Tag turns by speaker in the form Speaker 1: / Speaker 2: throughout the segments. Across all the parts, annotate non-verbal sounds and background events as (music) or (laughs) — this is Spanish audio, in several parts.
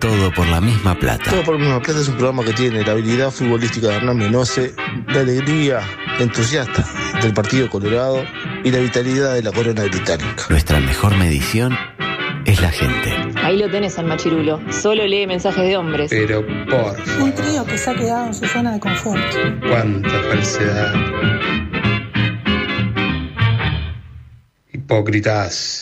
Speaker 1: Todo por la misma plata.
Speaker 2: Todo por la misma plata es un programa que tiene la habilidad futbolística de Hernán Menose, la alegría entusiasta del Partido Colorado y la vitalidad de la corona británica.
Speaker 1: Nuestra mejor medición es la gente.
Speaker 3: Ahí lo tenés al machirulo. Solo lee mensajes de hombres.
Speaker 4: Pero por favor.
Speaker 5: Un trío que se ha quedado en su zona de confort.
Speaker 4: Cuánta falsedad. Hipócritas.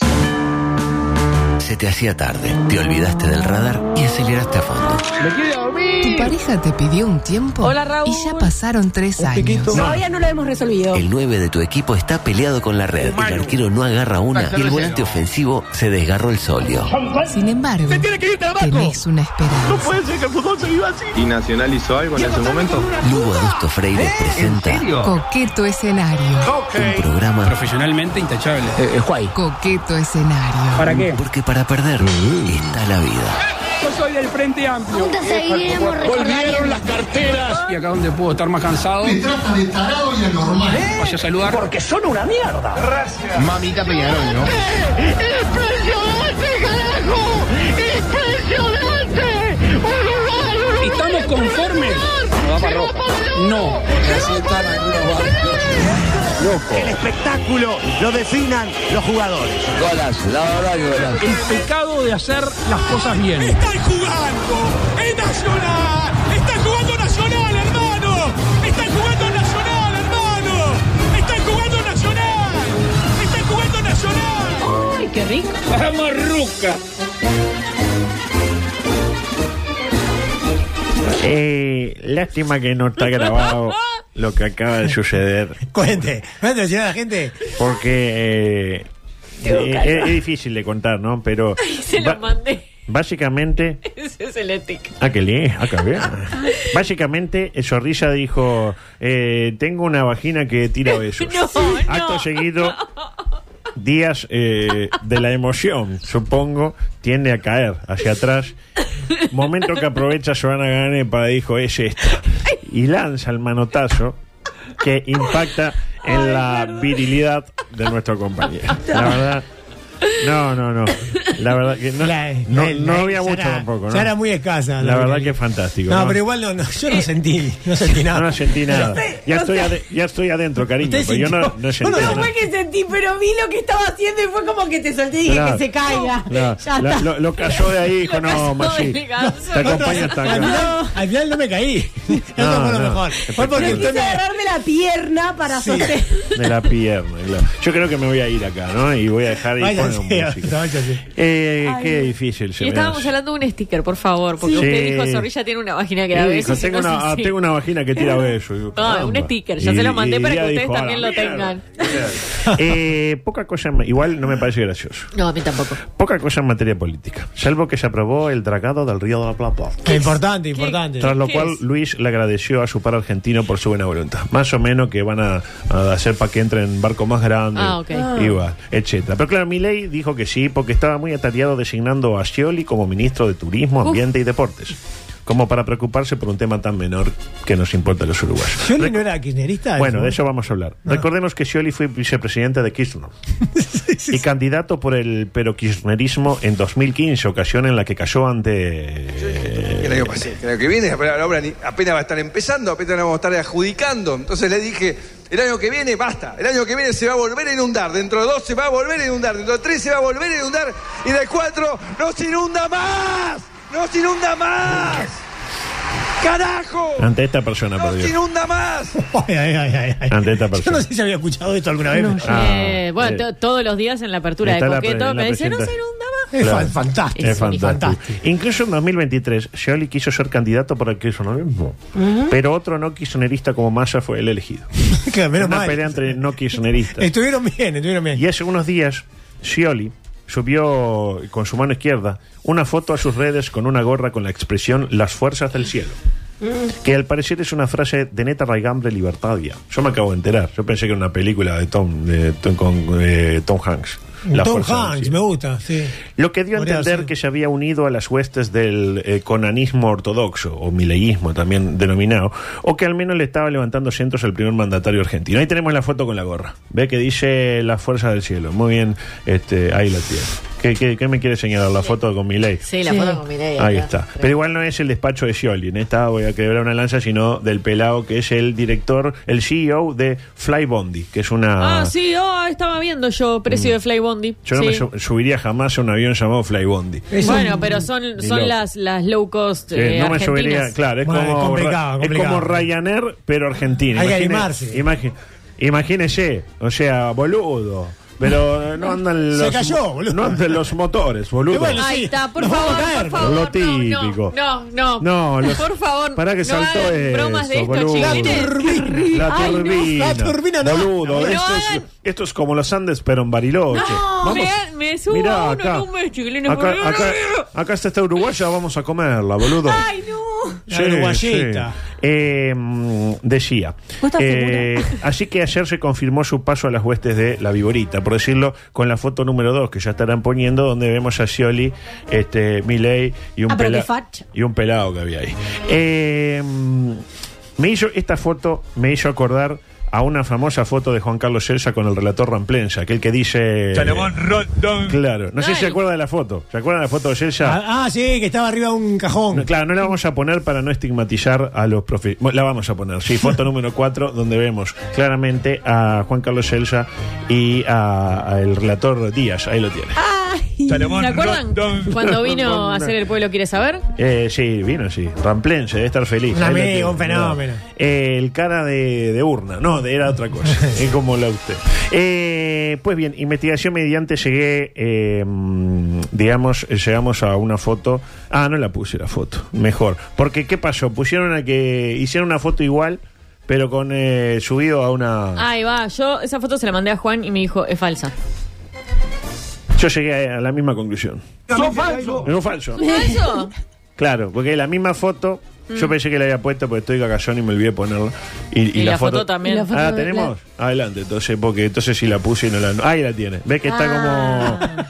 Speaker 1: Se te hacía tarde, te olvidaste del radar y aceleraste a fondo.
Speaker 4: ¡Me quiero dormir!
Speaker 6: Tu pareja te pidió un tiempo
Speaker 7: Hola, Raúl.
Speaker 6: y ya pasaron tres años.
Speaker 7: Todavía no lo hemos resolvido.
Speaker 1: El 9 de tu equipo está peleado con la red. El arquero no agarra una y el volante ofensivo se desgarró el solio.
Speaker 6: Sin embargo, tenés una esperanza.
Speaker 8: ¿Y Nacional hizo algo en ese momento?
Speaker 1: Lugo Augusto Freire presenta
Speaker 6: Coqueto escenario.
Speaker 1: un programa
Speaker 9: Profesionalmente intachable.
Speaker 6: Coqueto escenario.
Speaker 9: ¿Para qué?
Speaker 1: porque para perder está la vida.
Speaker 9: Yo soy del Frente Amplio.
Speaker 10: Juntos seguiremos recordando.
Speaker 9: Y acá donde puedo estar más cansado. Me trata de tarado y anormal. Vaya a saludar. Porque son una mierda.
Speaker 8: Mamita Peñarol, ¿no?
Speaker 10: ¡Impresionante, carajo! ¡Impresionante! ¡Uruguay,
Speaker 9: ¿Estamos conformes? No da para ropa. No.
Speaker 11: El espectáculo lo definan los jugadores.
Speaker 9: El pecado de hacer las cosas bien.
Speaker 11: ¡Están jugando! ¡Es Nacional! ¡Están jugando Nacional, hermano! ¡Están jugando Nacional, hermano! ¡Están jugando Nacional! ¡Están jugando Nacional!
Speaker 3: Ay, qué rico.
Speaker 9: Vamos, Ruca.
Speaker 12: Eh, lástima que no está grabado lo que acaba de suceder,
Speaker 11: (laughs) Cuente, cuente, señora la gente.
Speaker 12: porque eh, eh, es, es difícil de contar, ¿no? Pero
Speaker 7: Se
Speaker 12: ba-
Speaker 7: lo mandé.
Speaker 12: básicamente,
Speaker 7: Ese es el ética.
Speaker 12: ah, que leí, ah, que
Speaker 7: (laughs)
Speaker 12: bien. Básicamente, eh, Zorrilla dijo, eh, tengo una vagina que tira besos.
Speaker 7: (laughs) No,
Speaker 12: Acto
Speaker 7: no.
Speaker 12: seguido, días eh, de la emoción, supongo, tiende a caer hacia atrás. Momento que aprovecha Joana Gane para dijo es esta. Y lanza el manotazo que impacta en la virilidad de nuestro compañero. La verdad. No, no, no. La verdad que no,
Speaker 11: La-
Speaker 12: no,
Speaker 11: la-
Speaker 12: no
Speaker 11: la-
Speaker 12: había
Speaker 11: ya
Speaker 12: mucho
Speaker 11: era-
Speaker 12: tampoco. ¿no?
Speaker 11: ya era muy escasa,
Speaker 12: La
Speaker 11: ¿no?
Speaker 12: verdad que es fantástico.
Speaker 11: No, pero igual no, no, yo no sentí, no
Speaker 12: (laughs)
Speaker 11: sentí
Speaker 12: no,
Speaker 11: nada.
Speaker 12: no sentí nada.
Speaker 7: sé,
Speaker 12: Ya
Speaker 7: o
Speaker 12: estoy,
Speaker 7: sea-
Speaker 12: ade- ya estoy adentro, cariño.
Speaker 11: Usted
Speaker 12: Pero yo no,
Speaker 11: sintió-
Speaker 12: no sentí
Speaker 11: No, no,
Speaker 7: No
Speaker 12: nada.
Speaker 7: fue que sentí, pero vi lo que estaba haciendo y fue como que te solté y dije
Speaker 12: Claro.
Speaker 7: que se caiga.
Speaker 12: La-
Speaker 7: ya
Speaker 12: la-
Speaker 7: está.
Speaker 12: lo, lo cayó de ahí, dijo,
Speaker 7: Lo
Speaker 12: no,
Speaker 7: cayó
Speaker 12: Maxi.
Speaker 7: de ganso.
Speaker 12: Te acompaña hasta
Speaker 11: al,
Speaker 12: acá. (laughs)
Speaker 11: final, al final no me caí. Eso
Speaker 12: No,
Speaker 11: fue lo
Speaker 12: no.
Speaker 11: mejor. Fue porque
Speaker 7: Yo
Speaker 11: usted
Speaker 7: quise
Speaker 11: me.
Speaker 7: agarrarme la pierna para
Speaker 11: Sí.
Speaker 7: sostener.
Speaker 12: (laughs) De la pierna, claro. Yo creo que me voy a ir acá, ¿no? Y voy a dejar y
Speaker 11: Váyase,
Speaker 12: poner música.
Speaker 11: váyase.
Speaker 12: Eh, qué difícil se
Speaker 7: Y
Speaker 12: me
Speaker 7: estábamos
Speaker 12: hace.
Speaker 7: hablando de un sticker, por favor, porque
Speaker 12: Sí.
Speaker 7: usted dijo Zorrilla tiene una vagina que da
Speaker 12: Y
Speaker 7: besos.
Speaker 12: dijo,
Speaker 7: y
Speaker 12: tengo,
Speaker 7: no sé
Speaker 12: una, ah,
Speaker 7: si-
Speaker 12: tengo una vagina que tira besos. Y digo,
Speaker 7: Ah, un
Speaker 12: caramba.
Speaker 7: sticker, ya se lo mandé para que
Speaker 12: ya
Speaker 7: ustedes
Speaker 12: "A la
Speaker 7: también lo tengan".
Speaker 12: mierda. Eh, poca cosa, ma- igual no me parece gracioso.
Speaker 7: No, a mí tampoco.
Speaker 12: Poca cosa en materia política, salvo que se aprobó el tragado del Río de la Plata.
Speaker 11: Importante, importante.
Speaker 12: Tras lo
Speaker 7: ¿Qué
Speaker 12: cual,
Speaker 7: es?
Speaker 12: Luis le agradeció a su par argentino por su buena voluntad. Más o menos que van a, a hacer para que entren barcos más grandes,
Speaker 7: Ah, ok.
Speaker 12: igual, etcétera. Pero claro, Milei dijo que sí, porque estaba muy atareado designando a Scioli como ministro de Turismo, Ambiente y Deportes. Como para preocuparse por un tema tan menor que nos importa a los uruguayos.
Speaker 11: Scioli no era kirchnerista.
Speaker 12: Bueno, de
Speaker 11: ¿no?
Speaker 12: eso vamos a hablar.
Speaker 11: Ah.
Speaker 12: Recordemos que Scioli fue vicepresidente de
Speaker 11: (laughs)
Speaker 12: Kirchner y candidato por el perokirchnerismo en 2015, ocasión en la que cayó ante...
Speaker 8: El año pasado, el año que viene, pero la obra ni- apenas va a estar empezando, apenas la vamos a estar adjudicando. Entonces le dije, el año que viene, basta, el año que viene se va a volver a inundar, dentro de dos se va a volver a inundar, dentro de tres se va a volver a inundar y de cuatro no se inunda más, no se inunda más. ¡Carajo!
Speaker 12: Ante esta persona,
Speaker 8: ¡No
Speaker 12: por
Speaker 8: se
Speaker 12: Dios.
Speaker 11: Eh,
Speaker 8: inunda más!
Speaker 11: (laughs) Ay, ay, ay, ay, ay.
Speaker 12: Ante esta
Speaker 11: Yo no
Speaker 12: persona.
Speaker 11: sé si había escuchado esto alguna vez. pero-
Speaker 12: Ah,
Speaker 7: Eh, bueno,
Speaker 12: eh.
Speaker 7: to- todos los días en la apertura
Speaker 12: Está
Speaker 7: de
Speaker 12: en la pre-
Speaker 7: Coqueto
Speaker 12: en la
Speaker 7: me dice, no se
Speaker 12: presenta-
Speaker 7: inunda más.
Speaker 11: Es
Speaker 12: Claro.
Speaker 11: fan- fantástico.
Speaker 12: Es fantástico.
Speaker 11: fantástico.
Speaker 12: Incluso en 2023, Scioli quiso ser candidato para el kirchnerismo, pero otro no kirchnerista como Massa fue el elegido.
Speaker 11: (laughs) Claro, menos
Speaker 12: Una
Speaker 11: mal.
Speaker 12: pelea entre no kirchneristas.
Speaker 11: (laughs) Estuvieron bien, estuvieron bien.
Speaker 12: y hace unos días, Scioli subió con su mano izquierda una foto a sus redes con una gorra con la expresión Las fuerzas del cielo. Que al parecer es una frase de neta raigambre libertaria. Yo me acabo de enterar. Yo pensé que era una película de Tom, de Tom- con eh, Tom Hanks. Las
Speaker 11: Tom
Speaker 12: fuerzas del
Speaker 11: Hanks,
Speaker 12: cielo.
Speaker 11: me gusta, sí.
Speaker 12: Lo que dio a
Speaker 11: Podría
Speaker 12: entender
Speaker 11: ser.
Speaker 12: que se había unido a las huestes del eh, conanismo ortodoxo, o mileísmo también denominado, o que al menos le estaba levantando cientos al primer mandatario argentino. Ahí tenemos la foto con la gorra. Ve que dice la fuerza del cielo. Muy bien, este, ahí la tiene. ¿Qué, qué, qué me quiere señalar? ¿La foto con Milei?
Speaker 13: Sí, la foto con Milei,
Speaker 12: Ahí
Speaker 13: acá.
Speaker 12: está. Pero igual no es el despacho de Scioli, en esta voy a quebrar una lanza, sino del pelado que es el director, el CEO de Fly Bondi, que es una...
Speaker 7: Ah, sí, oh, estaba viendo yo precio de Fly Bondi.
Speaker 12: Mm. Yo no
Speaker 7: Sí.
Speaker 12: me su- subiría jamás a un avión llamado Fly Bondi. (laughs)
Speaker 7: Bueno, pero son,
Speaker 12: Ni
Speaker 7: son
Speaker 12: loco.
Speaker 7: las, las low cost.
Speaker 12: Eh,
Speaker 7: eh,
Speaker 12: no me
Speaker 7: argentinas.
Speaker 12: subiría, claro, es,
Speaker 11: Bueno,
Speaker 12: como,
Speaker 11: es complicado,
Speaker 12: es
Speaker 11: complicado.
Speaker 12: como Ryanair, pero Argentina.
Speaker 11: Hay que
Speaker 12: Imagine-
Speaker 11: animarse.
Speaker 12: imagi- imagínese, o sea, boludo. Pero eh, no andan
Speaker 11: Se
Speaker 12: los,
Speaker 11: cayó, boludo.
Speaker 12: No andan los motores, boludo.
Speaker 7: Ahí está, por favor, por favor.
Speaker 12: Lo
Speaker 7: no, no,
Speaker 12: típico.
Speaker 7: No, no.
Speaker 12: No, los-
Speaker 7: por favor.
Speaker 12: Pará que
Speaker 7: no
Speaker 12: saltó
Speaker 7: hagan
Speaker 12: eso,
Speaker 7: bromas de esto,
Speaker 12: boludo.
Speaker 7: chiquitines.
Speaker 12: La
Speaker 7: Ay, no.
Speaker 12: turbina.
Speaker 7: La turbina no.
Speaker 12: Boludo,
Speaker 7: No
Speaker 12: esto, es,
Speaker 7: hagan-
Speaker 12: esto es como los Andes, pero en Bariloche.
Speaker 7: No, me, me subo
Speaker 12: Mirá,
Speaker 7: a uno,
Speaker 12: acá.
Speaker 7: no me chiquilines,
Speaker 12: Acá,
Speaker 7: por-
Speaker 12: acá, acá está esta uruguaya, vamos a comerla, boludo.
Speaker 7: Ay, no.
Speaker 12: Sí,
Speaker 11: uruguayita.
Speaker 12: sí. Eh, mm, decía.
Speaker 11: ¿Vos estás
Speaker 12: eh, (laughs) así que ayer se confirmó su paso a las huestes de la Viborita, por decirlo, con la foto número 2 que ya estarán poniendo, donde vemos a Scioli, este, Milei y un
Speaker 7: Ah, pero qué
Speaker 12: pela-
Speaker 7: facha.
Speaker 12: y un pelado que había ahí. Eh, mm, me hizo esta foto me hizo acordar a una famosa foto de Juan Carlos Celsa con el relator Ramplensa, aquel que dice
Speaker 11: Salomón
Speaker 12: Claro, no, sé si se acuerda de la foto. ¿Se acuerdan de la foto de Celsa?
Speaker 11: Ah, ah, sí, que estaba arriba de un cajón.
Speaker 12: No, claro, no la vamos a poner para no estigmatizar a los profesionales. La vamos a poner, sí, foto número 4, donde vemos claramente a Juan Carlos Celsa y a, a el relator Díaz. Ahí lo tiene.
Speaker 7: Ay,
Speaker 12: Salomón
Speaker 7: ¿Se acuerdan
Speaker 12: Rondón.
Speaker 7: cuando vino a
Speaker 12: (laughs) No.
Speaker 7: hacer el pueblo quiere saber?
Speaker 12: Eh, sí, vino, sí. Ramplense, debe estar feliz.
Speaker 11: Un
Speaker 12: Ahí lo
Speaker 11: amigo,
Speaker 12: tiene.
Speaker 11: un fenómeno.
Speaker 12: Eh, el cara de, de urna, no, de- era otra
Speaker 11: (laughs)
Speaker 12: cosa. es como la usted. Eh, pues bien, investigación mediante llegué, eh, mm, digamos, eh, llegamos a una foto. Ah, no la puse la foto, mejor. Porque, ¿qué pasó? Pusieron a que hicieron una foto igual, pero con eh, subido a una...
Speaker 7: Ahí va, yo esa foto se la mandé a Juan y me dijo, es falsa.
Speaker 12: Yo llegué a, a la misma conclusión.
Speaker 7: ¿Sos falso?
Speaker 12: Era un falso.
Speaker 7: falso?
Speaker 12: Claro, porque la misma foto, yo
Speaker 7: Mm.
Speaker 12: pensé que la había puesto porque estoy cagazón y me olvidé ponerla. Y, y
Speaker 7: Y la foto también. Y la foto
Speaker 12: ah,
Speaker 7: de-
Speaker 12: ¿tenemos? Adelante, entonces, porque entonces si la puse y no la... Ahí la tiene. ¿Ves que está
Speaker 7: Ah.
Speaker 12: como...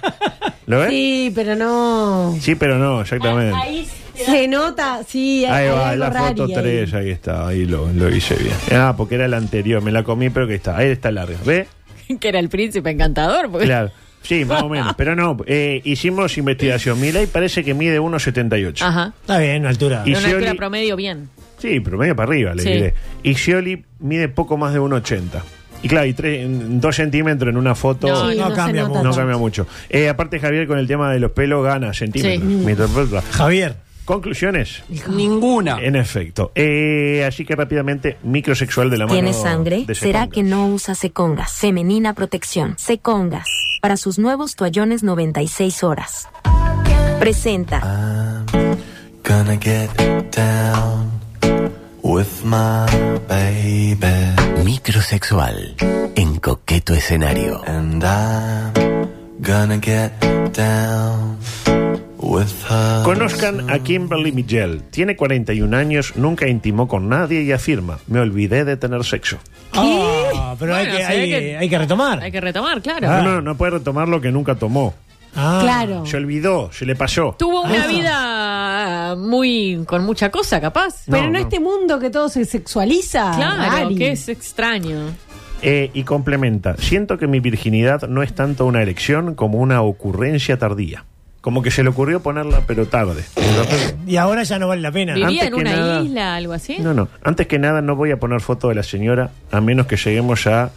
Speaker 12: ¿Lo ves?
Speaker 6: Sí, pero no.
Speaker 12: Sí, pero no, exactamente.
Speaker 7: Ah,
Speaker 6: Se nota, sí. hay-
Speaker 12: Ahí
Speaker 6: hay
Speaker 12: va,
Speaker 6: algo
Speaker 12: la
Speaker 6: rari
Speaker 12: foto
Speaker 6: ahí.
Speaker 12: 3, ahí está, ahí lo, lo hice bien. Ah, porque era la anterior, me la comí, pero que está, ahí está larga. ¿Ves?
Speaker 7: (laughs) que era el príncipe encantador. porque-
Speaker 12: Claro. Sí, más o menos, pero no, eh, hicimos investigación. Milei parece que mide 1,78.
Speaker 7: Ajá.
Speaker 11: Está bien, altura.
Speaker 12: Y
Speaker 7: Era una altura
Speaker 12: Scioli-
Speaker 7: promedio bien.
Speaker 12: Sí, pero medio para arriba, le
Speaker 7: Sí.
Speaker 12: diré. Y Scioli mide poco más de 1,80. Y claro, y tres- en dos centímetros en una foto
Speaker 11: No, Sí, no no cambia se nota mucho.
Speaker 12: No
Speaker 11: tanto.
Speaker 12: cambia mucho. Eh, aparte, Javier, con el tema de los pelos, gana centímetros.
Speaker 11: Sí.
Speaker 12: Me interpreta.
Speaker 11: Javier.
Speaker 12: ¿Conclusiones? Ninguna. En efecto. Eh, así que rápidamente, microsexual de la mano.
Speaker 14: ¿Tiene sangre?
Speaker 12: de
Speaker 14: ¿Será
Speaker 12: Seconga.
Speaker 14: que no usa secongas? Femenina protección. Secongas. Para sus nuevos toallones 96 horas. Presenta.
Speaker 15: Gonna get down with my baby.
Speaker 1: Microsexual en coqueto escenario.
Speaker 15: And I'm gonna get down with her.
Speaker 12: Conozcan a Kimberly Miguel. Tiene 41 años, nunca intimó con nadie y afirma: Me olvidé de tener sexo.
Speaker 11: Ah, pero hay,
Speaker 7: Bueno,
Speaker 11: que,
Speaker 7: se ve
Speaker 11: hay,
Speaker 7: que-
Speaker 11: hay que retomar.
Speaker 7: Hay que retomar, claro.
Speaker 12: No, no, no puede retomar lo que nunca tomó.
Speaker 11: Ah.
Speaker 7: Claro.
Speaker 12: Se olvidó, se le pasó.
Speaker 7: Tuvo una vida muy con mucha cosa, capaz.
Speaker 12: Pero No, no no.
Speaker 7: este mundo que todo se sexualiza. Claro,
Speaker 6: Ari.
Speaker 7: que es extraño.
Speaker 12: Eh, y complementa, siento que mi virginidad no es tanto una elección como una ocurrencia tardía. Como que se le ocurrió ponerla, pero tarde.
Speaker 11: Y ahora ya no vale la pena.
Speaker 7: Vivía en
Speaker 12: que
Speaker 7: una
Speaker 12: nada-
Speaker 7: isla, algo así.
Speaker 12: No, no. Antes que nada, no voy a poner foto de la señora a menos que lleguemos a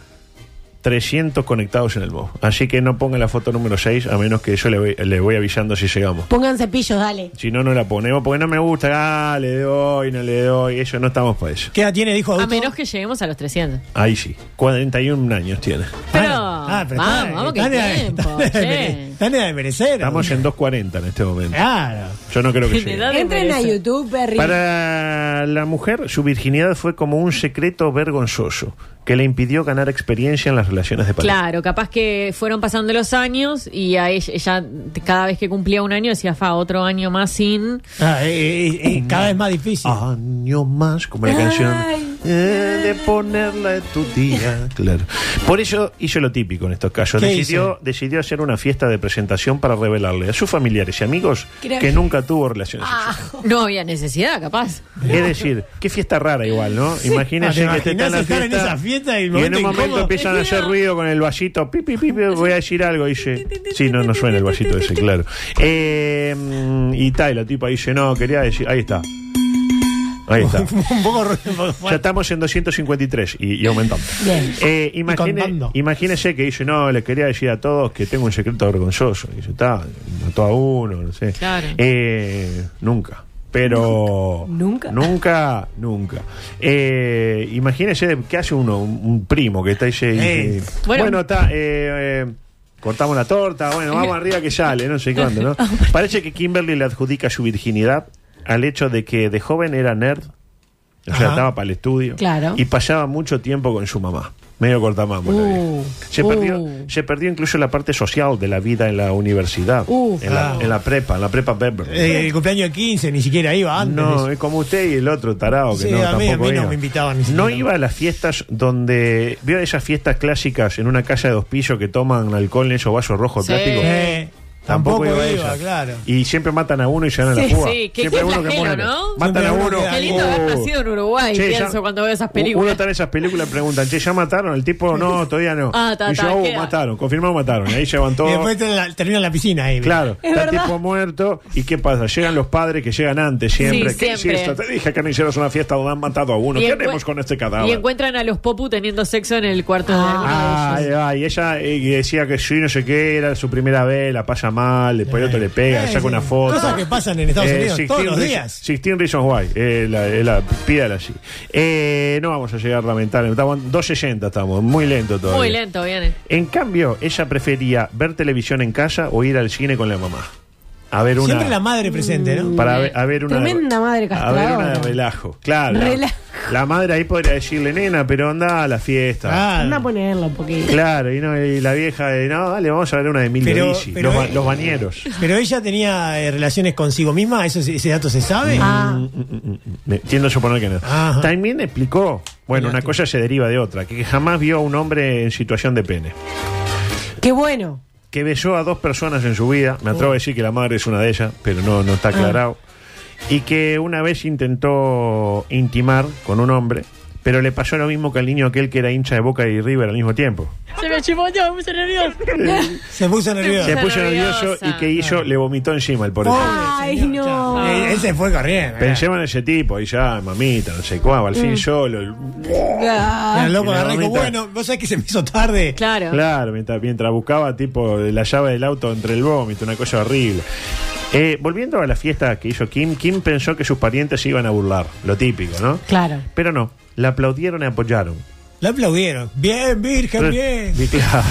Speaker 12: 300 conectados en el MOV. Así que no ponga la foto número 6 a menos que yo le voy, le voy avisando si llegamos.
Speaker 6: Pongan cepillos, dale.
Speaker 12: Si no, no la ponemos porque no me gusta. Ah, le doy, no le doy. Eso no estamos para eso.
Speaker 11: ¿Qué edad tiene, dijo
Speaker 7: A menos que lleguemos a los 300.
Speaker 12: Ahí sí. 41 años tiene.
Speaker 7: Pero,
Speaker 11: Ah, pero
Speaker 7: vamos,
Speaker 11: está-
Speaker 7: vamos, que
Speaker 11: está de-
Speaker 7: tiempo.
Speaker 11: está de-
Speaker 7: che.
Speaker 11: de merecer.
Speaker 12: Estamos en 2.40 en este momento.
Speaker 11: Claro.
Speaker 12: Yo
Speaker 7: (laughs)
Speaker 12: no creo que llegue.
Speaker 6: Entren a YouTube, Perry.
Speaker 12: Para la mujer, su virginidad fue como un secreto vergonzoso que le impidió ganar experiencia en las relaciones de pareja.
Speaker 7: Claro, capaz que fueron pasando los años y a ella, ella cada vez que cumplía un año decía, fa, otro año más sin.
Speaker 12: Mm.
Speaker 11: Ah, eh, eh, eh, cada vez más difícil.
Speaker 12: Año más, como la canción eh, de ponerla en tu día. Claro. Por eso hizo lo típico en estos casos.
Speaker 11: ¿Qué
Speaker 12: Decidió, decidió hacer una fiesta de presentación para revelarle a sus familiares y amigos
Speaker 7: Creo
Speaker 12: que
Speaker 7: que-
Speaker 12: nunca tuvo relaciones.
Speaker 7: No había necesidad, capaz.
Speaker 12: Es decir, qué fiesta rara igual, ¿no?
Speaker 7: Sí.
Speaker 12: Imagínense que
Speaker 11: Ah, ¿te
Speaker 12: esté tan
Speaker 11: imaginás
Speaker 12: la
Speaker 11: estar
Speaker 12: fiesta,
Speaker 11: en esa fiesta y el
Speaker 12: y en
Speaker 11: momento
Speaker 12: un momento
Speaker 11: incómodo?
Speaker 12: empiezan a hacer ruido con el vasito, pi, pi, pi, pi, voy a decir algo, dice. Sí, no, no suena el vasito ese, claro. Eh, mm, y tal, y la tipa dice, no, quería decir, ahí está. Ahí está.
Speaker 11: (laughs) Un poco ruido.
Speaker 12: Ya estamos en 253 y, y aumentando.
Speaker 11: Bien.
Speaker 12: Eh, imagine-
Speaker 11: Y contando.
Speaker 12: imagínese que dice, no, les quería decir a todos que tengo un secreto vergonzoso. Dice, está, mató a uno, no sé.
Speaker 7: Claro.
Speaker 12: Eh, nunca. Pero.
Speaker 7: Nunca.
Speaker 12: Nunca, nunca. Eh, imagínese de- qué hace uno, un, un primo que está ahí. dice,
Speaker 11: Eh.
Speaker 12: Bueno,
Speaker 11: Bueno.
Speaker 12: está. eh, eh, Cortamos la torta, bueno, vamos arriba que sale, no sé cuándo,
Speaker 11: (laughs)
Speaker 12: ¿no? Parece que Kimberly le adjudica su virginidad al hecho de que de joven era nerd, o sea,
Speaker 7: Ajá.
Speaker 12: estaba para el estudio
Speaker 7: Claro.
Speaker 12: y pasaba mucho tiempo con su mamá. Medio cortamamo. la vieja.
Speaker 7: Uh,
Speaker 12: se,
Speaker 7: uh.
Speaker 12: perdió, se perdió incluso la parte social de la vida en la universidad,
Speaker 11: Uh.
Speaker 12: en, la,
Speaker 11: Ah.
Speaker 12: en la prepa, en la prepa Beverly.
Speaker 11: Eh, el cumpleaños de 15, ni siquiera iba antes. Eh,
Speaker 12: No, es como usted y el otro tarado que
Speaker 11: Sí,
Speaker 12: no,
Speaker 11: a mí- a
Speaker 12: tampoco
Speaker 11: mí no
Speaker 12: iba.
Speaker 11: me invitaban ni
Speaker 12: No
Speaker 11: siquiera.
Speaker 12: iba a las fiestas donde. ¿Vio esas fiestas clásicas en una casa de dos pisos que toman alcohol en esos vasos rojos
Speaker 11: Sí.
Speaker 12: de plástico?
Speaker 11: Eh, tampoco
Speaker 12: a
Speaker 11: iba,
Speaker 12: esas.
Speaker 11: claro.
Speaker 12: Y siempre matan a uno y se van a la
Speaker 7: Sí,
Speaker 12: fuga.
Speaker 7: sí, qué-
Speaker 12: siempre
Speaker 7: qué
Speaker 12: hay uno que
Speaker 7: flagelo,
Speaker 12: muere.
Speaker 7: ¿no?
Speaker 12: Matan a
Speaker 11: Siempre
Speaker 12: uno.
Speaker 11: uno queda
Speaker 7: Qué lindo haber
Speaker 12: Oh.
Speaker 7: nacido en Uruguay,
Speaker 12: Che, ya-
Speaker 7: pienso, cuando veo esas
Speaker 12: Uno
Speaker 7: películas.
Speaker 12: está en esas películas y preguntan, che, ya mataron el
Speaker 7: (laughs)
Speaker 12: tipo, no, todavía no.
Speaker 7: Ah, ta,
Speaker 12: y
Speaker 7: ta,
Speaker 12: yo, oh,
Speaker 7: queda.
Speaker 12: mataron, confirmado mataron. Y ahí llevan
Speaker 11: Y
Speaker 12: todo.
Speaker 11: después te la- termina en la piscina ahí.
Speaker 12: Claro,
Speaker 11: Es
Speaker 12: está el
Speaker 11: verdad.
Speaker 12: tipo muerto. ¿Y qué pasa? Llegan los padres que llegan antes siempre.
Speaker 7: Sí,
Speaker 12: ¿Qué
Speaker 7: siempre.
Speaker 12: es esto? Te dije que no hicieras una fiesta donde han matado a uno.
Speaker 7: Y
Speaker 12: ¿Qué
Speaker 7: encue-
Speaker 12: haremos con este
Speaker 7: Y
Speaker 12: cadáver?
Speaker 7: encuentran a los Popu teniendo sexo en el cuarto de alguno de ellos.
Speaker 12: Ah, ahí va. y ella eh, decía que sí, no sé qué, era su primera vez, la pasa mal, después el otro le pega,
Speaker 11: Eh,
Speaker 12: saca
Speaker 11: sí.
Speaker 12: una foto. Eh,
Speaker 11: Cosas que pasan en Estados Unidos todos
Speaker 12: 16
Speaker 11: los
Speaker 12: Reasons-
Speaker 11: días.
Speaker 12: 16 Reasons Why, eh, la, eh, la- pídala así. Eh, no vamos a llegar lamentablemente, estamos 2.60 estamos, muy lento todavía.
Speaker 7: Muy lento viene.
Speaker 12: En cambio, ella prefería ver televisión en casa o ir al cine con la mamá. A ver una... Mm.
Speaker 11: Siempre la madre presente, ¿no?
Speaker 12: Para ver, a ver una...
Speaker 6: Tremenda madre
Speaker 12: A ver una
Speaker 6: castradora.
Speaker 12: de relajo, claro. la-
Speaker 6: Relajo.
Speaker 12: La madre ahí podría decirle, nena, pero anda a la fiesta.
Speaker 6: Anda a ponerla un poquito.
Speaker 12: Claro, y, no, y la vieja de, no, dale, vamos a ver una de Emilio
Speaker 11: Pero-
Speaker 12: Dizzy,
Speaker 11: pero
Speaker 12: los, ba-
Speaker 11: eh,
Speaker 12: los bañeros.
Speaker 11: Pero ella tenía eh, relaciones consigo misma, ¿Eso, ¿ese dato se sabe?
Speaker 6: Ah,
Speaker 12: Mm, mm, mm, mm. Tiendo a suponer que no.
Speaker 11: Ajá.
Speaker 12: También explicó, bueno, una cosa se deriva de otra, que jamás vio a un hombre en situación de pene.
Speaker 6: Qué bueno.
Speaker 12: Que besó a dos personas en su vida, me
Speaker 11: Oh.
Speaker 12: atrevo a decir que la madre es una de ellas, pero no,
Speaker 11: Ah.
Speaker 12: no está aclarado. Y que una vez intentó intimar con un hombre, pero le pasó lo mismo que al niño aquel que era hincha de Boca y River al mismo tiempo.
Speaker 7: Se me chivó yo, me puse nervioso.
Speaker 11: Se puso nervioso.
Speaker 12: Se puso nervioso y que hizo, le vomitó encima el pobre.
Speaker 11: Oh.
Speaker 6: Ay, no.
Speaker 11: Eh, él se fue corriendo.
Speaker 12: Pensemos en ese tipo, y ya, mamita, no sé cuál, al fin
Speaker 11: Mm.
Speaker 12: solo. el-
Speaker 11: Era loco,
Speaker 12: Y la
Speaker 11: agarré y dijo,
Speaker 12: mamita-
Speaker 11: bueno, vos sabés que se me hizo tarde.
Speaker 7: Claro.
Speaker 12: Claro, mientras, mientras buscaba tipo la llave del auto entre el vómito, una cosa horrible. Eh, volviendo a la fiesta que hizo Kim, Kim pensó que sus parientes se iban a burlar, lo típico, ¿no?
Speaker 6: Claro.
Speaker 12: Pero no, la aplaudieron y apoyaron.
Speaker 11: La aplaudieron. Bien, Virgen,
Speaker 12: Re- (laughs)
Speaker 11: bien.
Speaker 12: y claro,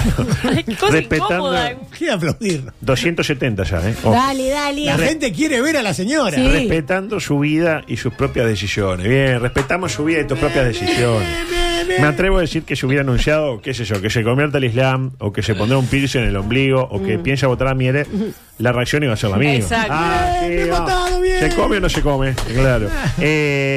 Speaker 12: respetando
Speaker 11: Quiere aplaudir.
Speaker 12: 270 ya, ¿eh? Ojo.
Speaker 6: Dale, dale.
Speaker 11: La
Speaker 12: Re-
Speaker 11: gente quiere ver a la señora.
Speaker 12: Respetando su vida y sus propias decisiones. Bien, respetamos su vida y tus propias decisiones. Me atrevo a decir que se hubiera anunciado, qué sé yo, que se convierta al Islam, o que se pondrá un piercing en el ombligo, o que
Speaker 11: Mm.
Speaker 12: piensa votar a Mieres, la reacción iba a ser la misma.
Speaker 7: Exacto.
Speaker 12: Ah, sí,
Speaker 11: Bien, bien
Speaker 12: va.
Speaker 11: votado, bien.
Speaker 12: ¿Se come o no se come? Claro.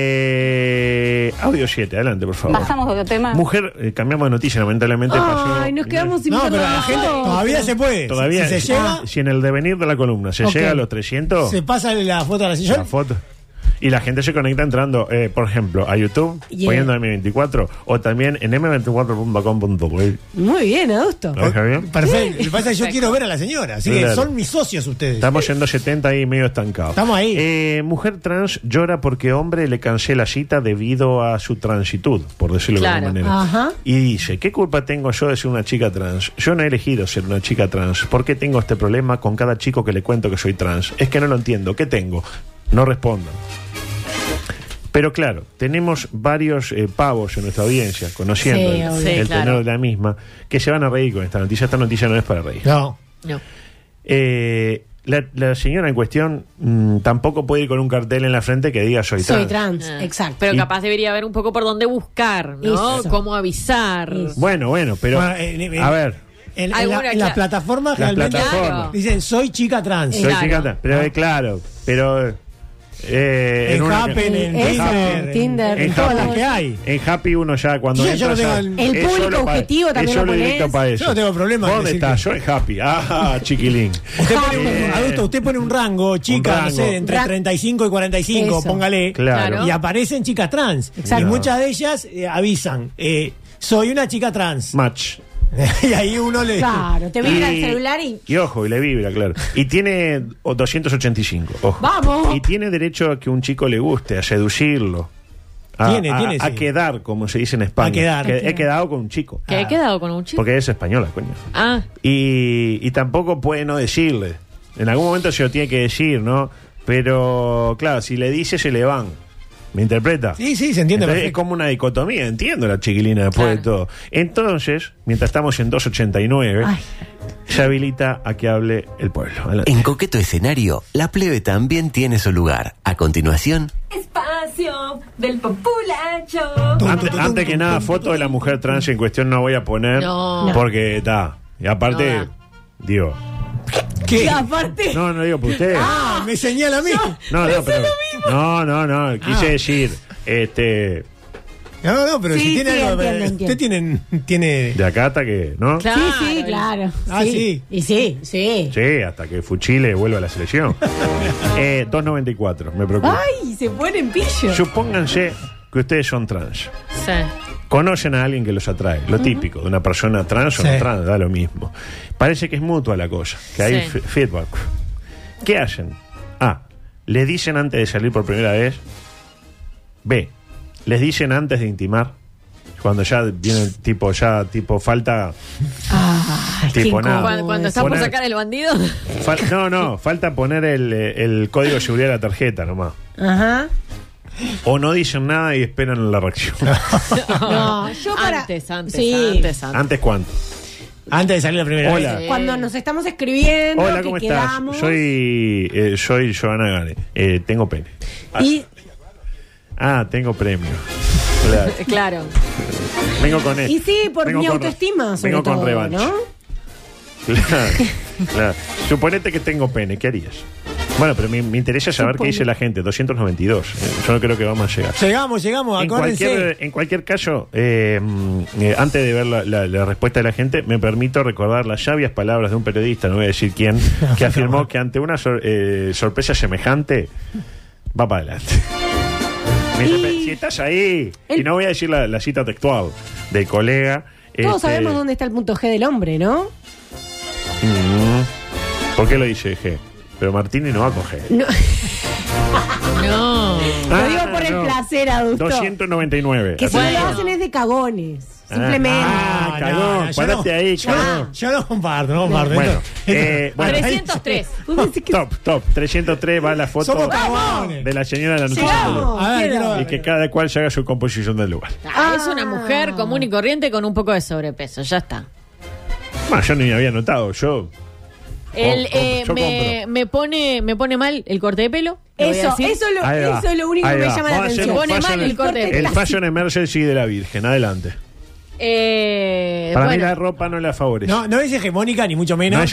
Speaker 12: Eh, audio 7, adelante, por favor.
Speaker 16: Pasamos a otro tema.
Speaker 12: Mujer, eh, cambiamos de noticia, lamentablemente
Speaker 11: Ah,
Speaker 12: pasó.
Speaker 6: Ay, nos quedamos sin
Speaker 11: No, pero la
Speaker 6: trabajo.
Speaker 11: gente todavía se puede.
Speaker 12: Todavía, Ah,
Speaker 11: Si se llega,
Speaker 12: si en el devenir de la columna se
Speaker 11: Ok.
Speaker 12: llega a los 300,
Speaker 11: se pasa la foto a la
Speaker 12: la
Speaker 11: señora.
Speaker 12: foto. Y la gente se conecta entrando, eh, por ejemplo, a YouTube,
Speaker 6: Yeah.
Speaker 12: poniendo M24, o también en m24.com.uy.
Speaker 6: Muy bien, Adusto.
Speaker 12: ¿Lo dije bien?
Speaker 11: Perfecto. Lo que pasa es que yo quiero ver a la señora. Así que
Speaker 12: Claro.
Speaker 11: son mis socios ustedes.
Speaker 12: Estamos en 270 y medio estancados.
Speaker 11: Estamos ahí.
Speaker 12: Eh, mujer trans llora porque hombre le cancela cita debido a su transitud, por decirlo de
Speaker 7: Claro.
Speaker 12: alguna manera.
Speaker 6: Ajá.
Speaker 12: Y dice, ¿qué culpa tengo yo de ser una chica trans? Yo no he elegido ser una chica trans. ¿Por qué tengo este problema con cada chico que le cuento que soy trans? Es que no lo entiendo. ¿Qué tengo? No respondo. Pero claro, tenemos varios eh, pavos en nuestra audiencia, conociendo
Speaker 7: Sí,
Speaker 12: el,
Speaker 7: obvio.
Speaker 12: el
Speaker 7: Sí, claro.
Speaker 12: tenor de la misma, que se van a reír con esta noticia. Esta noticia no es para reír.
Speaker 11: No.
Speaker 7: No.
Speaker 12: Eh, la, la señora en cuestión mm, tampoco puede ir con un cartel en la frente que diga soy trans.
Speaker 6: Soy trans, exacto.
Speaker 7: Ah. Pero
Speaker 12: Y-
Speaker 7: capaz debería haber un poco por dónde buscar, ¿no?
Speaker 6: Eso.
Speaker 7: Cómo avisar.
Speaker 12: Bueno, bueno, pero
Speaker 11: Bueno, eh, en- en-
Speaker 12: a ver,
Speaker 11: En, en
Speaker 7: Alguna,
Speaker 11: la- en
Speaker 7: claro.
Speaker 11: las plataformas
Speaker 12: Las
Speaker 11: realmente
Speaker 12: plataformas.
Speaker 11: dicen soy chica trans.
Speaker 12: soy chica trans, pero eh, claro, pero eh, Eh,
Speaker 11: En
Speaker 12: una-
Speaker 11: Happen,
Speaker 12: en
Speaker 11: en Eso,
Speaker 12: Happen,
Speaker 6: Tinder,
Speaker 12: en
Speaker 11: todas
Speaker 12: Happy-
Speaker 11: las que hay.
Speaker 12: En Happy uno ya cuando
Speaker 11: Sí, yo
Speaker 12: entra
Speaker 11: no tengo
Speaker 12: ya-
Speaker 11: el-
Speaker 6: El
Speaker 12: es
Speaker 6: público
Speaker 12: solo pa-
Speaker 6: objetivo
Speaker 12: es
Speaker 6: también
Speaker 12: solo
Speaker 6: lo ponés.
Speaker 12: directo pa' eso.
Speaker 11: Yo no tengo problema en
Speaker 12: ¿Dónde
Speaker 11: decir
Speaker 12: estás? Yo en Happy. Ah, chiquilín.
Speaker 11: Usted pone un, adulto, usted pone un rango, chicas, no
Speaker 12: rango.
Speaker 11: sé, entre
Speaker 12: Ra-
Speaker 11: 35 y 45,
Speaker 12: Eso.
Speaker 11: póngale.
Speaker 12: Claro.
Speaker 11: Y aparecen chicas trans.
Speaker 12: Exacto.
Speaker 11: Y muchas de ellas eh, avisan, eh, soy una chica trans.
Speaker 12: Match.
Speaker 11: (laughs) y ahí uno le...
Speaker 6: Claro, te vibra el
Speaker 12: Y-
Speaker 6: celular y.
Speaker 12: Y ojo, y le vibra, claro. Y tiene o- 285, ojo.
Speaker 6: ¡Vamos!
Speaker 12: Y tiene derecho a que un chico le guste, a seducirlo. A,
Speaker 11: Tiene,
Speaker 12: a-
Speaker 11: tiene,
Speaker 12: a
Speaker 11: sí.
Speaker 12: quedar, como se dice en España.
Speaker 11: A quedar.
Speaker 12: Que-
Speaker 11: A quedar.
Speaker 12: he quedado con un chico.
Speaker 7: Que he quedado con un chico.
Speaker 12: Ah. Porque es española, coño.
Speaker 7: Ah,
Speaker 12: Y, y tampoco puede no decirle. En algún momento se lo tiene que decir, ¿no? Pero, claro, si le dice, se le van. ¿Me interpreta?
Speaker 11: Sí, sí, se entiende
Speaker 12: Entonces, es
Speaker 11: perfecto.
Speaker 12: como una dicotomía, entiendo la chiquilina después de todo. Entonces, mientras estamos en 289, se habilita a que hable el pueblo. Adelante.
Speaker 1: En coqueto escenario, la plebe también tiene su lugar. A continuación,
Speaker 13: Espacio del populacho.
Speaker 12: Antes, antes que nada, foto de la mujer trans en cuestión no voy a poner
Speaker 13: No.
Speaker 12: porque está. Y aparte,
Speaker 13: No da.
Speaker 12: digo.
Speaker 11: ¿Qué?
Speaker 13: aparte.
Speaker 12: No, no digo por usted.
Speaker 11: Ah, me señala a mí.
Speaker 12: No, no, pero- no, no, no, quise decir, este,
Speaker 11: No, no, pero
Speaker 6: Sí,
Speaker 11: si tiene
Speaker 6: sí, entiendo,
Speaker 11: algo... eh,
Speaker 6: entiendo.
Speaker 11: Usted tiene... tiene
Speaker 12: de acá hasta que, ¿no?
Speaker 7: claro.
Speaker 6: Sí, sí, claro.
Speaker 11: Ah, sí.
Speaker 6: Y sí, sí.
Speaker 12: Sí, hasta que Fuchile vuelva a la selección. Eh, 2.94, me preocupa.
Speaker 6: ¡Ay! Se pone en pillo.
Speaker 12: Supónganse que ustedes son trans.
Speaker 7: sí. eh,
Speaker 12: Conocen a alguien que los atrae, lo típico, de una persona trans o no
Speaker 11: Sí.
Speaker 12: trans, da lo mismo. Parece que es mutua la cosa, que hay
Speaker 7: Sí.
Speaker 12: fe- feedback. ¿Qué hacen? A. Le dicen antes de salir por primera vez. B. Les dicen antes de intimar. Cuando ya viene tipo, ya tipo falta. tipo nada.
Speaker 7: Cuando, cuando está por
Speaker 12: Poner-
Speaker 7: sacar el bandido.
Speaker 12: Fal- no, no, falta poner el, eh, el código de seguridad de la tarjeta nomás.
Speaker 6: Ajá.
Speaker 12: O no dicen nada y esperan la reacción.
Speaker 6: No, yo para.
Speaker 7: Antes, antes,
Speaker 6: Sí.
Speaker 7: antes, antes.
Speaker 12: ¿Antes cuánto?
Speaker 11: Antes de salir la primera
Speaker 12: Hola.
Speaker 11: vez.
Speaker 6: Cuando nos estamos escribiendo,
Speaker 12: Hola,
Speaker 6: que
Speaker 12: ¿cómo estás?
Speaker 6: quedamos.
Speaker 12: Soy, eh, soy Joana Gane. Eh, tengo pene. Ah,
Speaker 6: Y
Speaker 12: ah, tengo premio. Claro.
Speaker 7: Claro.
Speaker 12: Vengo con esto.
Speaker 6: Y sí, por
Speaker 12: Vengo
Speaker 6: mi
Speaker 12: con-
Speaker 6: autoestima, sobre
Speaker 12: Vengo con
Speaker 6: todo,
Speaker 12: revancha.
Speaker 6: ¿no?
Speaker 12: Claro, claro. Suponete que tengo pene, ¿qué harías? Bueno, pero me, me interesa saber qué dice la gente. 292. Eh, Yo no creo que vamos a llegar.
Speaker 11: Llegamos, llegamos,
Speaker 12: En
Speaker 11: acuérdense.
Speaker 12: cualquier, en cualquier caso, eh, mm, eh, antes de ver la, la- la respuesta de la gente, me permito recordar las sabias palabras de un periodista, no voy a decir
Speaker 6: (laughs)
Speaker 12: quién, que afirmó que ante una sor- eh, sorpresa semejante, va para
Speaker 6: (laughs)
Speaker 12: adelante. Me dice, "Pe- Si estás ahí, y no voy a decir la, la cita textual del colega.
Speaker 6: Todos
Speaker 12: este,
Speaker 6: sabemos dónde está el punto G del hombre, ¿no?
Speaker 12: mm, ¿Por qué lo dice G? Pero Martini no va a coger.
Speaker 6: No. (laughs)
Speaker 7: No.
Speaker 12: Ah,
Speaker 6: Lo digo
Speaker 11: Ah,
Speaker 6: por el placer, adusto.
Speaker 12: 299.
Speaker 6: Que si no
Speaker 12: Así-
Speaker 6: lo hacen es de cagones. Simplemente.
Speaker 12: Ah,
Speaker 11: No, no,
Speaker 12: cagón,
Speaker 11: no, yo
Speaker 12: parate
Speaker 11: no-
Speaker 12: ahí,
Speaker 11: yo
Speaker 12: cagón.
Speaker 11: no- Yo no comparto, no comparto.
Speaker 12: Bueno,
Speaker 11: Esto-
Speaker 12: eh,
Speaker 7: (laughs)
Speaker 11: esto-
Speaker 12: bueno.
Speaker 11: ahí-
Speaker 7: 303.
Speaker 12: Top, top. 303 va la foto
Speaker 11: Somos cagones.
Speaker 12: de la señora de la
Speaker 6: Llegamos,
Speaker 11: A ver,
Speaker 6: quiero.
Speaker 12: Y que cada cual se haga su composición del lugar.
Speaker 7: Ah, Es una mujer común y corriente con un poco de sobrepeso, ya está.
Speaker 12: Bueno, yo ni había notado. Yo.
Speaker 7: Él
Speaker 12: Com- com-
Speaker 7: eh,
Speaker 12: yo
Speaker 7: me,
Speaker 12: compro.
Speaker 7: me pone me pone mal el corte de pelo. lo voy a
Speaker 6: Eso,
Speaker 7: decir.
Speaker 6: eso, es lo,
Speaker 12: Ahí va,
Speaker 6: eso es lo único que
Speaker 12: ahí
Speaker 6: me
Speaker 12: va.
Speaker 6: llama la
Speaker 12: Vamos a hacer
Speaker 6: atención.
Speaker 12: un
Speaker 7: Pone mal
Speaker 12: fashion-
Speaker 7: el corte de
Speaker 12: El
Speaker 7: pelo.
Speaker 12: Fashion Emergency de la Virgen. Adelante.
Speaker 7: Eh,
Speaker 12: Para mí
Speaker 7: bueno.
Speaker 12: la ropa no la favorece.
Speaker 11: No, no es hegemónica, ni mucho menos.
Speaker 12: No es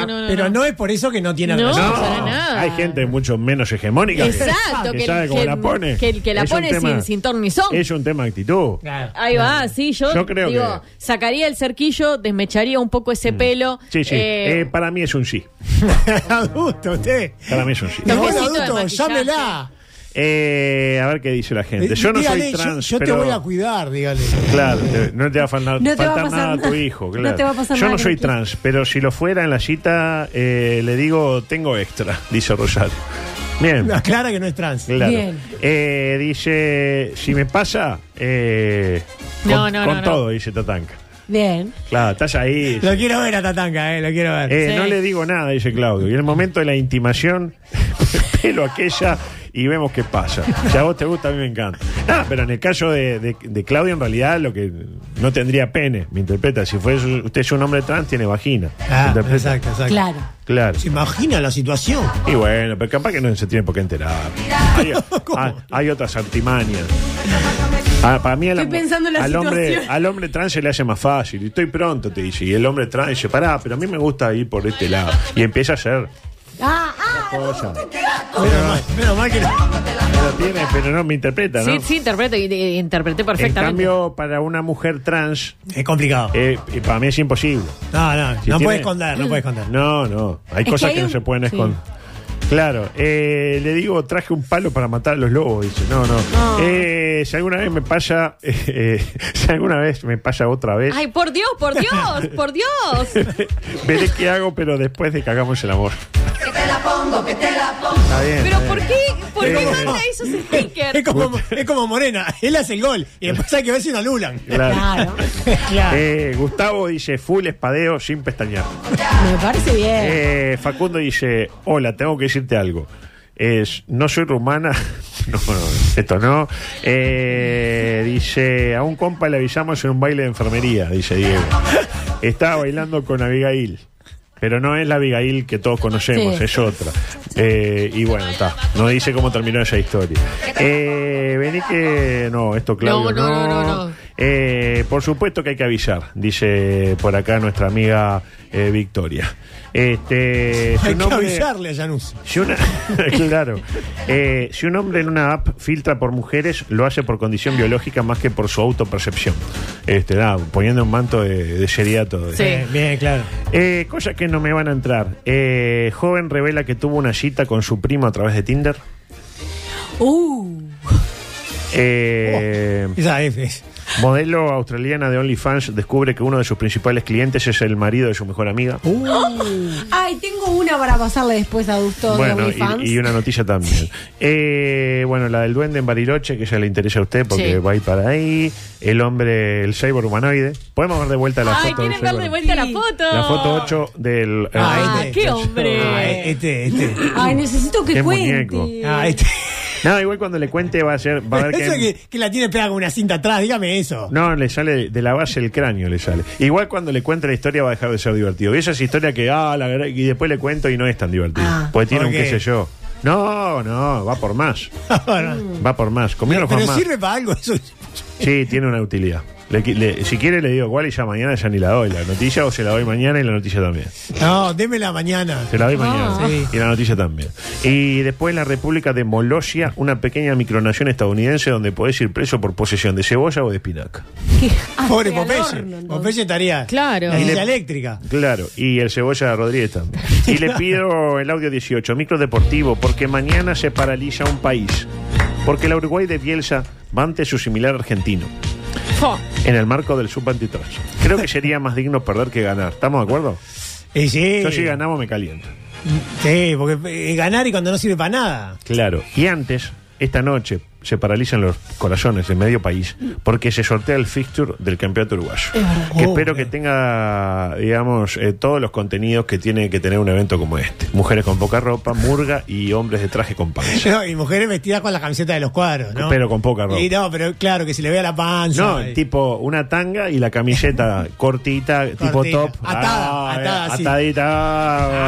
Speaker 7: No, no, no, no,
Speaker 11: pero
Speaker 7: no.
Speaker 11: no. es por eso que no tiene
Speaker 7: No,
Speaker 11: relación.
Speaker 7: para nada.
Speaker 12: Hay gente mucho menos hegemónica. que-
Speaker 7: Exacto,
Speaker 12: que,
Speaker 7: que,
Speaker 12: sabe cómo
Speaker 7: que-
Speaker 12: la pone.
Speaker 7: que- que la
Speaker 12: Es un
Speaker 7: pone
Speaker 12: tema-
Speaker 7: sin, sin ton ni son.
Speaker 12: Es un tema de actitud.
Speaker 11: Claro.
Speaker 7: Ahí va, sí, yo,
Speaker 12: Yo creo
Speaker 7: digo,
Speaker 12: que- Mm.
Speaker 7: sacaría el cerquillo, desmecharía un poco ese pelo.
Speaker 12: Sí, sí.
Speaker 7: eh,
Speaker 12: Eh, para mí es un sí.
Speaker 11: (laughs) Adulto, usted.
Speaker 12: Para mí es un sí.
Speaker 11: Y vos,
Speaker 7: Toquecito de
Speaker 11: adulto,
Speaker 7: maquillaje.
Speaker 11: llámela.
Speaker 12: Eh, a ver qué dice la gente. Yo no
Speaker 11: Dígale,
Speaker 12: soy trans,
Speaker 11: yo, yo
Speaker 12: pero-
Speaker 11: te voy a cuidar, dígale.
Speaker 12: Claro, te- no te va a faltar,
Speaker 6: No te va a
Speaker 12: faltar
Speaker 6: pasar
Speaker 12: nada a tu
Speaker 6: nada.
Speaker 12: hijo.
Speaker 6: No
Speaker 12: Claro.
Speaker 6: te va a pasar
Speaker 12: Yo
Speaker 6: nada
Speaker 12: no
Speaker 6: que
Speaker 12: soy
Speaker 6: no quieras.
Speaker 12: trans, pero si lo fuera en la cita, eh, le digo, tengo extra, (laughs) dice Rosario. Bien,
Speaker 11: Aclara que no es trans.
Speaker 12: claro.
Speaker 6: Bien.
Speaker 12: Eh, dice, si me pasa, eh, con,
Speaker 7: No, no,
Speaker 12: con
Speaker 7: no, no.
Speaker 12: todo, dice Tatanka.
Speaker 6: Bien.
Speaker 12: Claro, estás ahí.
Speaker 11: Lo quiero ver a Tatanka, eh, lo quiero ver.
Speaker 12: Eh,
Speaker 7: Sí.
Speaker 12: No le digo nada, dice Claudio. Y en el momento de la intimación, (laughs) pelo aquella y vemos qué pasa. Si a vos te gusta, a mí me encanta. Ah, pero en el caso de, de- de Claudio, en realidad, lo que no tendría pene, me interpreta. Si fuese, usted es un hombre trans, tiene vagina. ¿Me
Speaker 11: Ah,
Speaker 12: interpreta?
Speaker 11: exacto, exacto.
Speaker 6: Claro.
Speaker 12: Claro.
Speaker 11: ¿Se imagina la situación?
Speaker 12: Y bueno, pero capaz que no se tiene por qué enterar.
Speaker 6: (laughs)
Speaker 12: Hay, hay- hay otras artimañas. Ah, para mí a la-
Speaker 6: Estoy pensando en la
Speaker 12: al, hombre,
Speaker 6: situación.
Speaker 12: al hombre trans se le hace más fácil. Y estoy pronto, te dice. Y el hombre trans dice, pará, pero a mí me gusta ir por este lado. Y empieza a ser
Speaker 6: Ah, ah,
Speaker 12: cosa.
Speaker 11: Menos mal, menos mal que no.
Speaker 12: Lo tiene, pero no me interpreta, ¿no?
Speaker 7: Sí, sí, interpreto y, y- interpreté
Speaker 12: En
Speaker 7: perfectamente.
Speaker 12: cambio, para una mujer trans.
Speaker 11: Es complicado.
Speaker 12: para mí es imposible.
Speaker 11: No, no,
Speaker 12: Eh, Si
Speaker 11: no
Speaker 12: tiene-
Speaker 11: puede esconder, no puede esconder.
Speaker 12: No, no. Hay
Speaker 11: Es
Speaker 12: cosas
Speaker 11: que
Speaker 12: que,
Speaker 11: hay
Speaker 12: no
Speaker 11: un-
Speaker 12: se pueden
Speaker 11: sí.
Speaker 12: esconder. Claro, eh, le digo, traje un palo para matar a los lobos, dice. No, no.
Speaker 7: No.
Speaker 12: Eh, si alguna vez me pasa, (laughs) eh, eh, si alguna vez me pasa otra vez,
Speaker 7: Ay, por Dios, por Dios, por Dios.
Speaker 12: (laughs) veré qué hago, pero después de que hagamos el amor.
Speaker 7: Pero ¿por qué, por
Speaker 11: Es
Speaker 7: qué
Speaker 11: como-
Speaker 7: manda esos stickers?
Speaker 11: (laughs) Es como, es como Morena, él hace el gol y después hay que ver si lo anulan.
Speaker 12: Claro.
Speaker 11: (laughs) Claro.
Speaker 12: Eh, Gustavo dice, full espadeo sin pestañear.
Speaker 6: Me parece bien.
Speaker 12: Eh, Facundo dice, hola, tengo que decirte algo. Es, no soy rumana. (laughs) No, no, esto no. Eh, dice, a un compa le avisamos en un baile de enfermería, dice Diego. Estaba bailando con Abigail. Pero no es la Abigail que todos conocemos,
Speaker 16: Sí.
Speaker 12: es otra. Eh, y bueno, está. No dice cómo terminó esa historia. Eh, vení que... No, esto Claudio.
Speaker 7: No, no, no, no, no.
Speaker 12: Eh, por supuesto que hay que avisar, dice por acá nuestra amiga eh, Victoria. Este, si
Speaker 11: Hay
Speaker 12: un
Speaker 11: que
Speaker 12: hombre-
Speaker 11: avisarle a Janus.
Speaker 12: si una- (laughs) claro. Eh, si un hombre en una app filtra por mujeres, lo hace por condición biológica más que por su autopercepción. Este, nada, poniendo un manto de, de seriedad todo esto.
Speaker 11: bien, claro.
Speaker 12: Eh, cosas que no me van a entrar. Eh, joven revela que tuvo una cita con su primo a través de Tinder.
Speaker 6: Uh,
Speaker 11: Oh.
Speaker 12: Eh,
Speaker 11: Esa es- es-
Speaker 12: Modelo australiana de OnlyFans descubre que uno de sus principales clientes es el marido de su mejor amiga.
Speaker 7: ¡Oh!
Speaker 11: Ah,
Speaker 6: Ay, tengo una para pasarle después a Adultos de
Speaker 12: Bueno,
Speaker 6: OnlyFans.
Speaker 12: y, y una noticia también. Eh, bueno, la del duende en Bariloche, que ya le interesa a usted porque
Speaker 7: Sí.
Speaker 12: va a ir para ahí. El hombre, el cyborg humanoide. Podemos ver de vuelta la
Speaker 7: Ay,
Speaker 12: foto. del
Speaker 7: quieren ver de
Speaker 12: cyborg?
Speaker 7: vuelta la foto.
Speaker 12: La foto 8 del...
Speaker 7: Ah,
Speaker 12: eh,
Speaker 7: qué hombre.
Speaker 11: Ah, este, este.
Speaker 6: Ay, necesito que
Speaker 12: Qué
Speaker 6: cuente.
Speaker 12: muñeco.
Speaker 11: Ah, este.
Speaker 12: Nada, igual cuando le cuente va a ser... Va a ver
Speaker 11: (laughs) Eso
Speaker 12: que-
Speaker 11: que, que la tiene pegada con una cinta atrás, dígame eso. (laughs)
Speaker 12: No, le sale de la base el cráneo, le sale. Igual cuando le cuente la historia va a dejar de ser divertido. Y esa es historia que, ah, la verdad, y después le cuento y no es tan divertido.
Speaker 11: Ah,
Speaker 12: porque tiene
Speaker 11: ok.
Speaker 12: un qué sé yo. No, no, va por más.
Speaker 11: Mm.
Speaker 12: Va por más. Comieron con
Speaker 11: Pero
Speaker 12: más.
Speaker 11: sirve para algo eso.
Speaker 12: Sí, tiene una utilidad. Le qui- le- si quiere le digo igual y ya mañana ya ni la doy la noticia o se la doy mañana y la noticia también.
Speaker 11: No, démela mañana.
Speaker 12: Se la doy mañana.
Speaker 11: Ah. Sí.
Speaker 12: Y la noticia también. Y después la República de Molosia, una pequeña micronación estadounidense donde podés ir preso por posesión de cebolla o de espinaca.
Speaker 11: Pobre Popeye. Popeye estaría.
Speaker 7: Claro.
Speaker 11: La
Speaker 12: Y le-
Speaker 11: silla eléctrica.
Speaker 12: Claro, y el Cebolla Rodríguez también. Y le pido el audio 18, micro deportivo, porque mañana se paraliza un país. Porque la Uruguay de Bielsa va ante su similar argentino,
Speaker 7: Fo.
Speaker 12: en el marco del sub-23. Creo que sería más digno perder que ganar. ¿Estamos de acuerdo?
Speaker 11: Y Eh, sí.
Speaker 12: Yo si ganamos me caliento.
Speaker 11: Sí, porque eh, ganar y cuando no sirve para nada.
Speaker 12: Claro. Y antes, esta noche, se paralizan los corazones de medio país porque se sortea el fixture del campeonato uruguayo. Que
Speaker 11: Oh.
Speaker 12: espero que tenga, digamos, eh, todos los contenidos que tiene que tener un evento como este. Mujeres con poca ropa, murga y hombres de traje con panza.
Speaker 11: (laughs) No, y mujeres vestidas con la camiseta de los cuadros, ¿no?
Speaker 12: Pero con poca ropa.
Speaker 11: Y no, pero claro, que se le vea la panza.
Speaker 12: No,
Speaker 11: Y-
Speaker 12: tipo una tanga y la
Speaker 11: (laughs)
Speaker 12: camiseta cortita, tipo
Speaker 11: Cortita.
Speaker 12: top.
Speaker 11: Atada, atada,
Speaker 12: eh,
Speaker 11: sí.
Speaker 12: Atadita.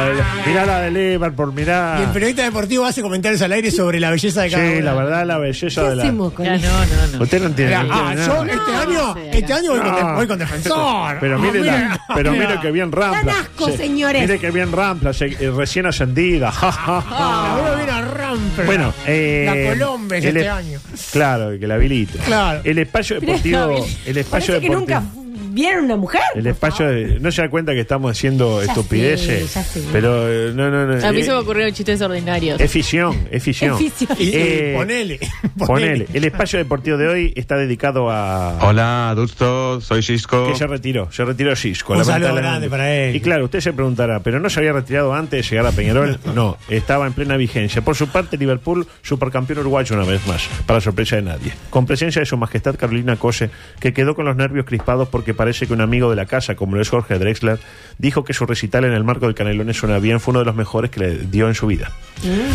Speaker 12: Ah, Mirá la de Liverpool, mirá.
Speaker 11: Y el periodista deportivo hace comentarios al aire sobre la belleza de cada
Speaker 12: Sí,
Speaker 11: una.
Speaker 12: la verdad, la belleza de la.
Speaker 6: hacemos con
Speaker 7: Ya, no, no, no.
Speaker 12: Usted no entiende.
Speaker 11: Ah,
Speaker 12: no entiende nada.
Speaker 11: yo este año, este año voy, con,
Speaker 12: No.
Speaker 11: voy con defensor.
Speaker 12: Pero
Speaker 11: Ah,
Speaker 12: mire, la-
Speaker 11: mira.
Speaker 12: pero mire que bien Rampla.
Speaker 11: Dan asco,
Speaker 12: Se-
Speaker 11: señores.
Speaker 12: Mire que bien Rampla, se- eh, recién ascendida. ja, ja, ja.
Speaker 11: Ah, ahora viene a Rampla.
Speaker 12: Bueno, eh,
Speaker 11: la Colombia es
Speaker 12: el
Speaker 11: este
Speaker 12: es-
Speaker 11: año.
Speaker 12: Claro, que la habilita.
Speaker 11: Claro.
Speaker 12: El espacio
Speaker 6: Pero
Speaker 12: deportivo.
Speaker 6: Gabriel,
Speaker 12: El espacio
Speaker 6: Parece que
Speaker 12: deportivo.
Speaker 6: nunca vieron una mujer.
Speaker 12: El espacio. de- no se da cuenta que estamos haciendo
Speaker 6: Ya
Speaker 12: estupideces.
Speaker 6: sé, ya sé.
Speaker 12: Pero eh, no, no, no.
Speaker 7: A mí se me
Speaker 12: eh,
Speaker 7: ocurrieron chistes ordinarios.
Speaker 12: Es fisión, es fisión.
Speaker 7: Es fisión.
Speaker 11: Y- y
Speaker 12: Eh,
Speaker 11: ponele, (laughs)
Speaker 12: ponele. El espacio deportivo de hoy está dedicado a.
Speaker 17: Hola, adulto, soy Cisco.
Speaker 12: Que se retiró, se retiró Cisco.
Speaker 11: Un saludo
Speaker 12: lamentablemente.
Speaker 11: grande para él.
Speaker 12: Y claro, usted se preguntará, ¿pero no se había retirado antes de llegar a
Speaker 11: (laughs)
Speaker 12: Peñarol? No, estaba en plena vigencia. Por su parte, Liverpool, supercampeón uruguayo una vez más, para sorpresa de nadie. Con presencia de su majestad Carolina Cose, que quedó con los nervios crispados porque parece que un amigo de la casa, como lo es Jorge Drexler, dijo que su recital en el marco del Canelones Suena Bien fue uno de los mejores que le dio en su vida.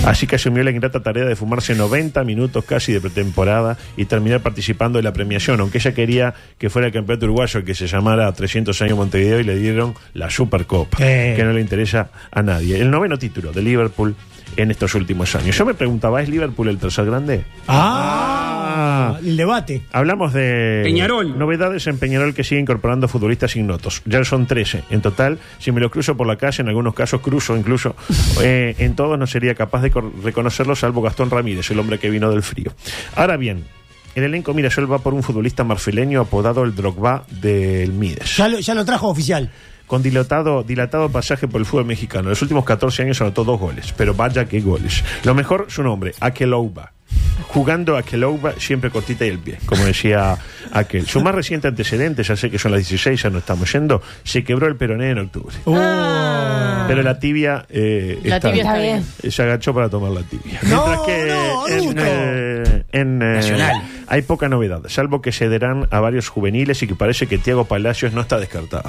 Speaker 12: Así que asumió la ingrata tarea de fumarse 90 minutos casi de pretemporada y terminar participando de la premiación, aunque ella quería que fuera el campeonato uruguayo que se llamara 300 años Montevideo y le dieron la Supercopa,
Speaker 11: Eh.
Speaker 12: que no le interesa a nadie. El noveno título de Liverpool en estos últimos años. Yo me preguntaba, ¿es Liverpool el tercer grande?
Speaker 11: Ah,
Speaker 12: Ah.
Speaker 11: el debate.
Speaker 12: Hablamos de
Speaker 11: Peñarol.
Speaker 12: novedades en Peñarol que sigue incorporando futbolistas ignotos. Ya son 13 en total. Si me los cruzo por la calle, en algunos casos cruzo incluso, eh, en todos no sería capaz de cor- reconocerlo salvo Gastón Ramírez, el hombre que vino del frío. Ahora bien, el elenco Mirasol va por un futbolista marfileño apodado el Drogba del Mides.
Speaker 11: Ya lo, ya lo trajo oficial.
Speaker 12: Con dilatado, dilatado pasaje por el fútbol mexicano. En los últimos 14 años anotó dos goles, pero vaya que goles. Lo mejor, su nombre, Akelouba. Jugando a Kelouba siempre cortita y el pie, como decía aquel. Su más reciente antecedente, ya sé que son las 16, ya no estamos yendo, se quebró el peroné en octubre.
Speaker 11: Oh.
Speaker 12: Pero la tibia, eh,
Speaker 7: La tibia está bien.
Speaker 12: Eh, Se agachó para tomar la tibia. Mientras que en, eh, en, eh,
Speaker 16: Nacional.
Speaker 12: hay poca novedad, salvo que cederán a varios juveniles y que parece que Tiago Palacios no está descartado.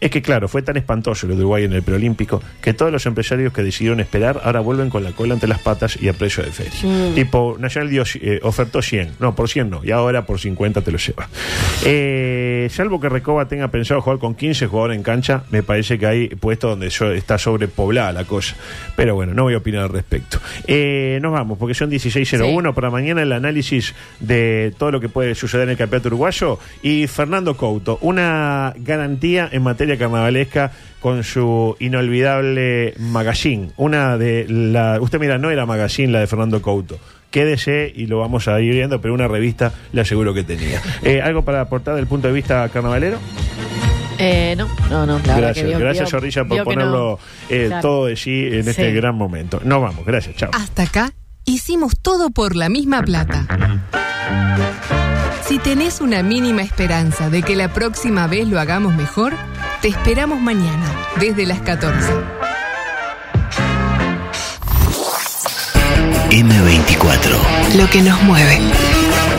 Speaker 12: Es que claro, fue tan espantoso el Uruguay en el preolímpico que todos los empresarios que decidieron esperar ahora vuelven con la cola entre las patas y a precio de feria.
Speaker 15: Mm.
Speaker 12: Tipo, Nacional dio, eh, ofertó 100, no, por 100 no, y ahora por 50 te lo lleva. Eh, salvo que Recoba tenga pensado jugar con 15 jugadores en cancha, me parece que hay puesto donde yo- está sobrepoblada la cosa. Pero bueno, no voy a opinar al respecto. Eh, nos vamos, porque son 16.01 para mañana el análisis de todo lo que puede suceder en el campeonato uruguayo. Y Fernando Couto, una garantía en materia carnavalesca con su inolvidable magazine. Una de la. Usted mira, no era magazine la de Fernando Couto. Quédese y lo vamos a ir viendo, pero una revista le aseguro que tenía. Eh, ¿Algo para aportar del punto de vista carnavalero?
Speaker 7: Eh, no, no, no. La verdad que
Speaker 12: gracias,
Speaker 7: vio-
Speaker 12: gracias
Speaker 7: vio-
Speaker 12: Zorrilla por
Speaker 7: vio que no.
Speaker 12: ponerlo eh,
Speaker 7: Claro.
Speaker 12: todo de sí en este
Speaker 7: Sí.
Speaker 12: gran momento. Nos vamos, gracias, chao.
Speaker 18: Hasta acá hicimos todo por la misma plata. Si tenés una mínima esperanza de que la próxima vez lo hagamos mejor, te esperamos mañana, desde las 14.
Speaker 1: M24.
Speaker 18: Lo que nos mueve.